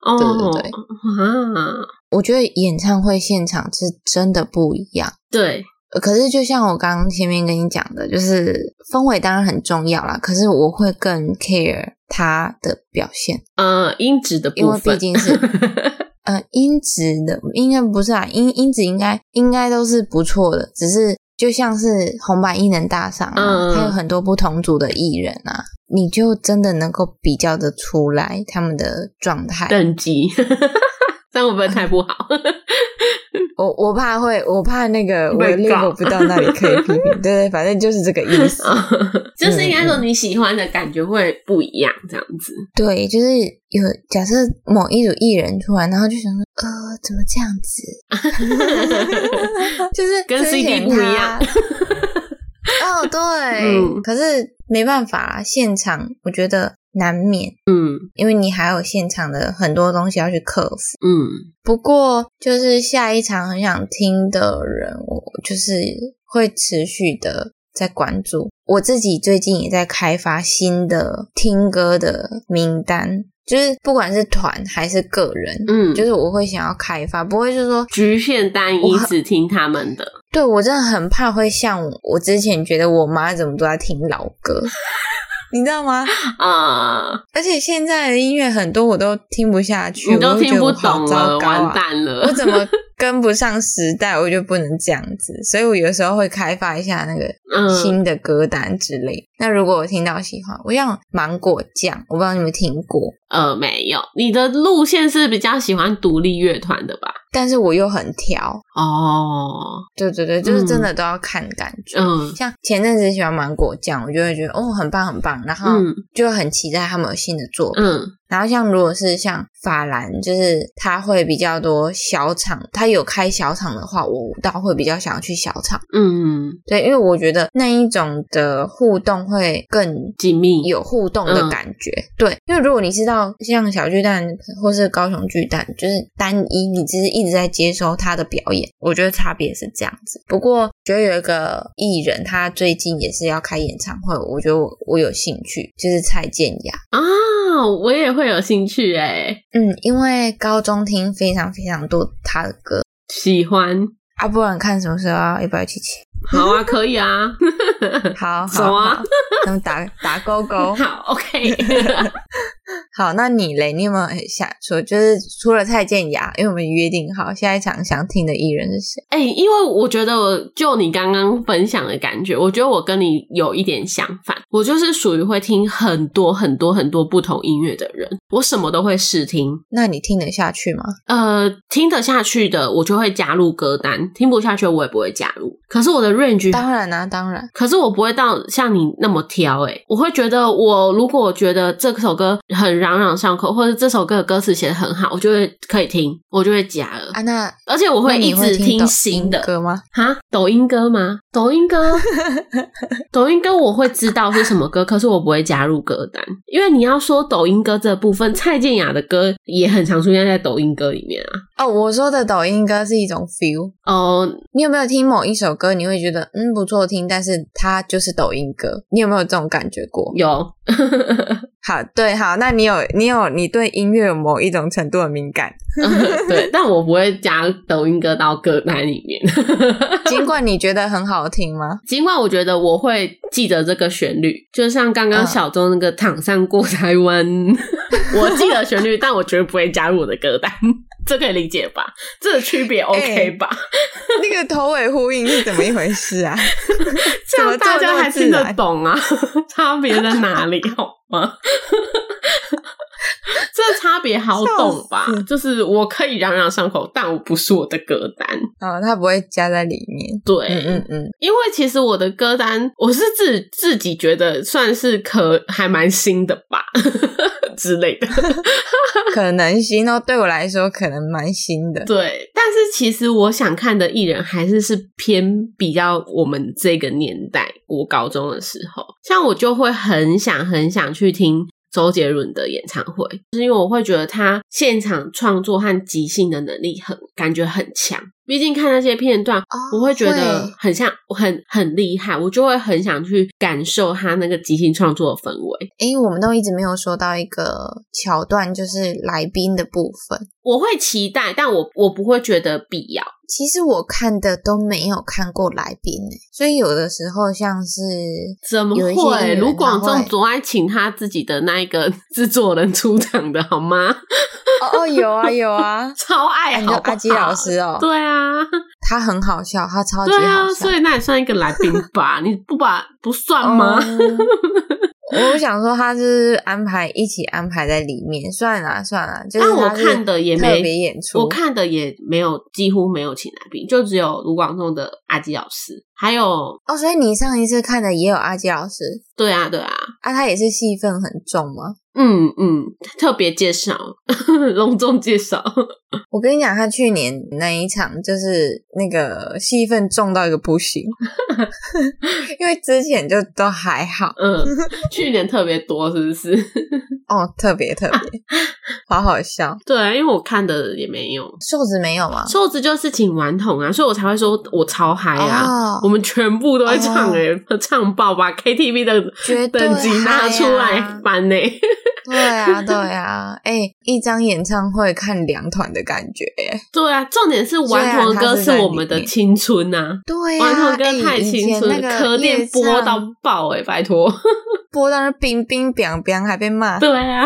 A: 哦，
B: 对对对
A: 啊，
B: 我觉得演唱会现场是真的不一样。
A: 对，
B: 呃可是，就像我刚刚前面跟你讲的，就是氛围当然很重要啦。可是我会更 care 他的表现。
A: 呃，音质的
B: 因
A: 部
B: 为毕
A: 分，
B: 竟 是呃音质的，应该不是啊，音音质应该应该都是不错的，只是就像是红白艺能大赏
A: 嗯
B: 啊，它有很多不同组的艺人啊，你就真的能够比较的出来他们的状态。
A: 等级， 但会不会太不好？
B: 我我怕会，我怕那个我
A: 被告
B: level 不到那里可以批评，对对，反正就是这个意 思。
A: 啊就是应该说你喜欢的感觉会不一样，这样子。
B: 对，就是有假设某一组艺人出来，然后就想说，呃，怎么这样子？ 就是
A: 跟
B: 之
A: CD
B: 前
A: 不一
B: 他
A: 样
B: 哦，对，
A: 嗯
B: 可是没办法，现场我觉得难免，
A: 嗯
B: 因为你还有现场的很多东西要去克服。
A: 嗯，
B: 不过就是下一场很想听的人，我就是会持续的在关注。我自己最近也在开发新的听歌的名单，就是不管是团还是个人，
A: 嗯
B: 就是我会想要开发，不会就是说
A: 局限单一，只听他们的。
B: 对我真的很怕会像我之前觉得我妈怎么都在听老歌， 你知道吗？
A: 啊、
B: 而且现在的音乐很多我都听不下去，
A: 你都
B: 我就
A: 听
B: 觉得
A: 不
B: 我好
A: 懂了，
B: 糟糕啊
A: 完蛋
B: 我
A: 了。
B: 怎么跟不上时代？我就不能这样子，所以我有时候会开发一下那个
A: 嗯，
B: 新的歌单之类。那如果我听到喜欢，我像芒果酱，我不知道你们听过，
A: 呃，没有，你的路线是比较喜欢独立乐团的吧？
B: 但是我又很挑。
A: 哦，
B: 对对对，就是真的都要看感觉。
A: 嗯
B: 像前阵子喜欢芒果酱，我就会觉得哦很棒很棒，然后
A: 嗯
B: 就很期待他们有新的作品。
A: 嗯
B: 然后像如果是像法兰，就是他会比较多小场，他有开小场的话，我倒会比较想要去小场。
A: 嗯，
B: 对，因为我觉得那一种的互动会更
A: 紧密
B: 有互动的感觉。对，因为如果你知道像小巨蛋或是高雄巨蛋，就是单一，你只是一直在接收他的表演，我觉得差别是这样子。不过，觉得有一个艺人，他最近也是要开演唱会，我觉得我我有兴趣，就是蔡健雅。
A: 啊，我也会有兴趣哎、
B: 嗯，因为高中听非常非常多他的歌
A: 喜欢，
B: 啊，不然看什么时候要不要一起去？
A: 好啊，可以啊，
B: 好
A: 走
B: 好
A: 啊
B: 好，那么打打勾 勾。
A: 好，OK，
B: 好，那你嘞？你有没有想说，就是除了蔡健雅，因为我们约定好下一场想听的艺人是谁？
A: 哎、因为我觉得我就你刚刚分享的感觉，我觉得我跟你有一点相反，我就是属于会听很多很多很多不同音乐的人，我什么都会试听，
B: 那你听得下去吗？
A: 呃，听得下去的我就会加入歌单，听不下去我也不会加入。可是我的 range
B: 当然啦、当然。
A: 可是我不会到像你那么挑诶、我会觉得我如果我觉得这首歌很朗朗上口，或者这首歌的歌词写的很好，我就会可以听，我就会加了。
B: 啊，那
A: 而且我
B: 那
A: 会一
B: 你会
A: 直
B: 听
A: 新的
B: 歌吗？
A: 哈，抖音歌吗？抖音 歌，抖音歌我会知道是什么歌，可是我不会加入歌单，因为你要说抖音歌这部分，蔡健雅的歌也很常出现在抖音歌里面啊。
B: 哦，我说的抖音歌是一种 feel。
A: 哦、
B: 你有没有听某一首歌，你会觉得嗯不错听，但是它就是抖音歌？你有没有这种感觉过？
A: 有，
B: 好，对，好，那你有你有你对音乐有某一种程度的敏 感，
A: 对，但我不会加抖音歌到歌单里面。
B: 尽管你觉得很好听 吗？
A: 尽管我觉得我会记得这个旋律，就像刚刚
B: 嗯
A: 小周那个《躺上过台湾》 我记得旋律，但我绝对不会加入我的歌单，这可以理解吧？这个区
B: 哎
A: 别 OK 吧？
B: 那个头尾呼应是怎么一回事啊？
A: 这样大家还听得
B: 怎么这么自然
A: 懂啊？ 差别在哪里？好吗？ 这差别好懂吧
B: 笑死？
A: 就是我可以朗朗上口，但我不是我的歌单。
B: 哦，它不会加在里面。
A: 对，
B: 嗯嗯嗯，
A: 因为其实我的歌单，我是自自己觉得算是可还蛮新的吧 之类的。
B: 可能新哦，对我来说可能蛮新的。
A: 对，但是其实我想看的艺人还是是偏比较我们这个年代，我高中的时候，像我就会很想很想去听。周杰伦的演唱会，就是因为我会觉得他现场创作和即兴的能力很感觉很强。毕竟看那些片段，我会觉
B: 哦
A: 得很像很很厉害，我就会很想去感受他那个即兴创作的氛围。
B: 诶、我们都一直没有说到一个桥段，就是来宾的部分。
A: 我会期待，但我我不会觉得必要。
B: 其实我看的都没有看过来宾诶、所以有的时候像是
A: 怎么
B: 有一些艺
A: 会？
B: 人
A: 卢广
B: 他
A: 仲
B: 会
A: 总爱请他自己的那一个 制作人出场的好吗？，
B: 哦哦有啊有 啊
A: 超爱
B: 啊你
A: 好
B: 说
A: 不好
B: 阿基老师哦，
A: 对啊，
B: 他很好笑，他超级
A: 对
B: 好
A: 啊，
B: 笑
A: 所。以那也算一个来宾吧？你不把不算吗？
B: 哦我想说，他是安排一起安排在里面，算了算了，就是
A: 但我
B: 他是
A: 看的也
B: 特
A: 没
B: 别演出，
A: 我看的也没有，几乎没有请来宾，就只有卢广仲的阿基老师，还有
B: 哦，所以你上一次看的也有阿基老师
A: 对啊对啊，
B: 啊，他也是戏份很重吗？
A: 嗯嗯，特别介绍， 隆重介绍，
B: 我跟你讲，他去年那一场就是那个戏份重到一个 不行，因为之前就都还好
A: 嗯，去年特别多是不是？
B: 哦，特别特别，好好笑。
A: 对啊，因为我看的也没有，
B: 瘦子没有吗？
A: 瘦子就是请顽童啊，所以我才会说我超嗨啊。
B: 哦
A: 我们全部都会 唱哎、欸，唱爆吧 KTV 的
B: 绝对
A: 等级拿出
B: 嗨
A: 来
B: 啊
A: 翻呢、欸
B: 对啊，对啊，哎、一张演唱会看两团的感觉耶，
A: 对啊，重点是顽童
B: 虽然它
A: 哥
B: 是
A: 是
B: 在
A: 我们的青春呐、
B: 对
A: 顽
B: 啊，
A: 童哥太青春，
B: 哎以前那
A: 壳
B: 个
A: 电
B: 夜
A: 播
B: 唱
A: 到爆哎、拜托。
B: 播到那冰冰冰冰，还被骂。
A: 对啊，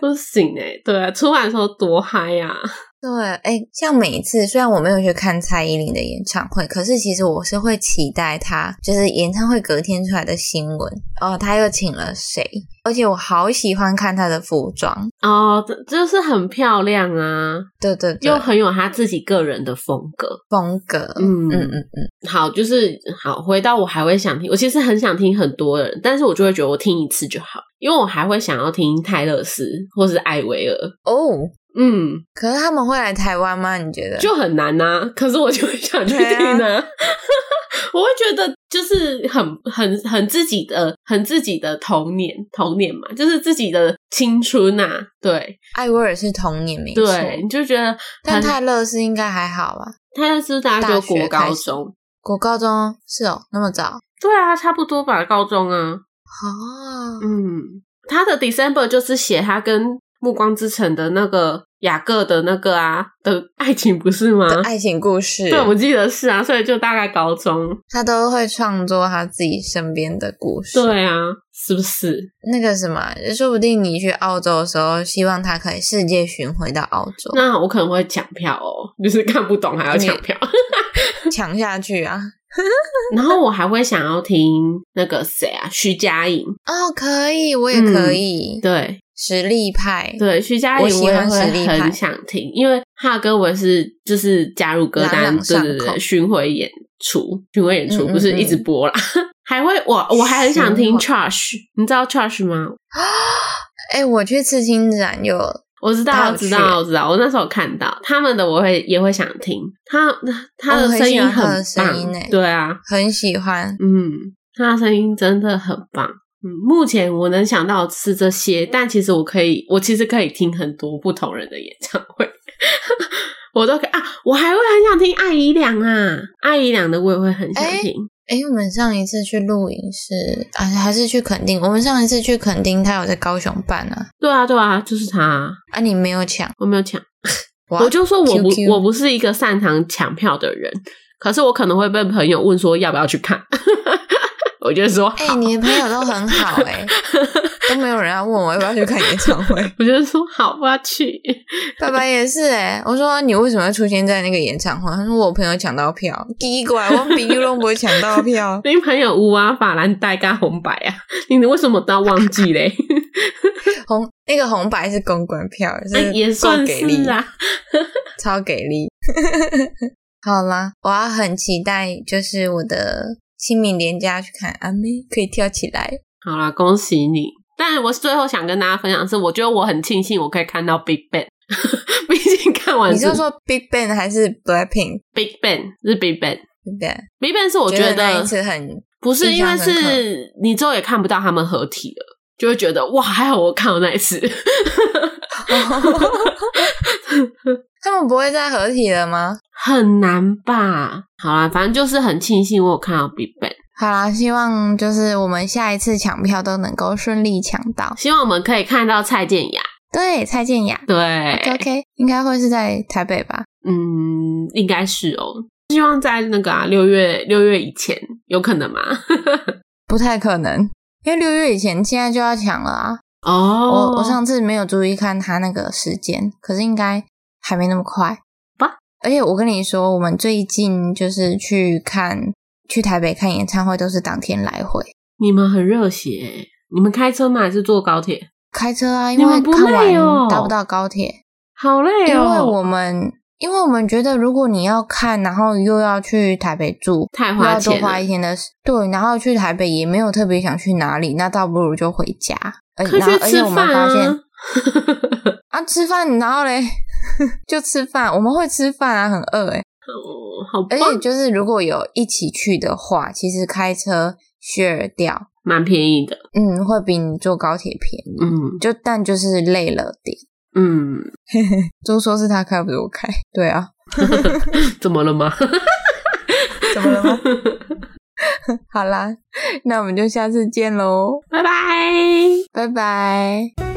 A: 不行哎、对啊，出版的时候多嗨呀、啊！
B: 对，哎，像每一次，虽然我没有去看蔡依林的演唱会，可是其实我是会期待她，就是演唱会隔天出来的新闻哦，她又请了谁，而且我好喜欢看她的服装，
A: 哦，这就是很漂亮啊，
B: 对对对，
A: 又很有他自己个人的风格。
B: 风格，
A: 嗯
B: 嗯嗯嗯，
A: 好，就是好，回到我还会想听，我其实很想听很多人，但是我就会觉得我听一次就好，因为我还会想要听泰勒斯或是艾薇儿。
B: 哦，
A: 嗯，
B: 可是他们会来台湾吗？你觉得？
A: 就很难呐、可是我就会想去听啊， 我会觉得就是很很很自己的，很自己的童年，童年嘛，就是自己的青春呐、对
B: 艾薇儿是童年没错，
A: 对，你就觉得
B: 但
A: 很
B: 泰勒是应该还好吧？
A: 泰勒斯大概就
B: 大学
A: 国
B: 开
A: 高
B: 始
A: 中，
B: 国高中是哦，那么早
A: 对啊，差不多吧，高中啊，
B: 哦，
A: 嗯，他的 December 就是写他跟《暮光之城》的那个雅各的那个啊的爱情，不是吗？
B: 的爱情故事，
A: 嗯对，我记得是啊，所以就大概高中。
B: 他都会创作他自己身边的故事。，
A: 对啊，是不是？
B: 那个什么，说不定你去澳洲的时候，希望他可以世界巡回到澳洲，
A: 那我可能会抢票哦，就是看不懂还要抢 票。
B: 抢下去啊！
A: 然后我还会想要听那个谁啊，徐佳莹。
B: 哦，可以，我也可以，
A: 嗯对
B: 实力派，
A: 对，徐佳莹
B: 我喜
A: 也
B: 欢实力
A: 会
B: 派
A: 很想听，因为她的歌我也是就是加入歌
B: 朗
A: 单，
B: 朗
A: 对
B: 上
A: 对
B: 口
A: 对，巡回演出，巡回演出
B: 嗯嗯
A: 不是一直播啦。 还会我我还很想
B: 巡
A: 听
B: 回
A: Trash，你知道 Trash 吗？
B: 哎、我去刺青展有
A: 我知
B: 他
A: 道，
B: 有
A: 我知
B: 去
A: 道，我知道。我那时候看到他们的，我会也会想听他他
B: 哦我
A: 的
B: 很
A: 声
B: 喜
A: 音
B: 欢他
A: 很
B: 的声
A: 棒，
B: 音欸
A: 对啊，
B: 很喜欢，
A: 嗯，他的声音真的很棒。嗯，目前我能想到是这些，但其实我可以，我其实可以听很多不同人的演唱会， 我都可以啊。我还会很想听艾怡良啊，艾怡良的我也会很想
B: 哎
A: 听。
B: 哎、我们上一次去露营是啊，还是去垦丁？我们上一次去垦丁，他有在高雄办啊，
A: 对啊，对啊，就是他，
B: 啊，你没有抢，
A: 我没有抢，
B: 哇
A: 我就说我不
B: QQ
A: 我不是一个擅长抢票的人，可是我可能会被朋友问说要不要去看， 我就说
B: 哎、
A: 好，
B: 你的朋友都很 好哎、都没有人要问我要不要去看演唱会。
A: 我就说好，我要去。，
B: 爸爸也是哎、我说你为什么会出现在那个演唱会？他说我朋友抢到票，奇怪，我朋友都不会抢到票
A: 你朋友有啊，法兰黛跟红白啊， 你为什么都要忘记 嘞？
B: 红那个红白是公关票，是
A: 哎也
B: 够
A: 算
B: 给力
A: 是，啊，
B: 超给力。 好啦，我要很期待，就是我的清明连假去看阿妹可以跳起来。
A: 好啦，恭喜你！但是我最后想跟大家分享的是，我觉得我很庆幸我可以看到 Big Bang，毕 竟看完
B: 你
A: 啊是
B: 是说 Big Bang 还是 Blackpink？
A: Big Bang 是 Big Bang，Big
B: 对不对？
A: Bang 是我
B: 觉
A: 觉
B: 那
A: 得
B: 一次很
A: 不是因
B: 印象
A: 为
B: 深刻
A: 是你之后也看不到他们合体了，就会觉得哇，还好我看到那一次。
B: 他们不会再合体了吗？
A: 很难吧？好啦，反正就是很庆幸我有看到 Big Bang，
B: 好啦，希望就是我们下一次抢票都能够顺利抢到。
A: 希望我们可以看到蔡健雅。
B: 对，蔡健雅
A: 对
B: OK，, 应该会是在台北吧？
A: 嗯，应该是哦。希望在那个啊六月六月以前，有可能吗？
B: 不太可能，因为六月以前现在就要抢了啊。
A: 哦
B: 我我上次没有注意看他那个时间，可是应该还没那么快
A: 吧。
B: 而且我跟你说，我们最近就是去看去台北看演唱会，都是当天来回
A: 你们很热血耶，你们开车吗？还是坐高铁？
B: 开车啊，因
A: 你
B: 为
A: 们不
B: 看
A: 累哦
B: 完搭不到高铁，
A: 好累
B: 因
A: 哦，
B: 为我们。因为我们觉得，如果你要看，然后又要去台北住，
A: 太
B: 又
A: 花
B: 要多
A: 钱
B: 花
A: 了
B: 一。天的时对，然后去台北也没有特别想去哪里，那倒不如就回家。而
A: 可以
B: 然后
A: 去
B: 而且
A: 吃
B: 我们
A: 饭
B: 发现
A: 啊！
B: 啊，吃饭，然后嘞 就吃饭，我们会吃饭啊，很饿诶、
A: 哦，好
B: 而
A: 棒，
B: 且就是如果有一起去的话，其实开车 share 掉，
A: 蛮便宜的。
B: 嗯，会比你坐高铁便宜。
A: 嗯
B: 就但就是累了点，
A: 嗯，
B: 都说是他开，不是我开。对啊，
A: 怎么了吗？
B: 怎么了吗？ 好啦，那我们就下次见喽，
A: 拜拜。
B: 拜拜。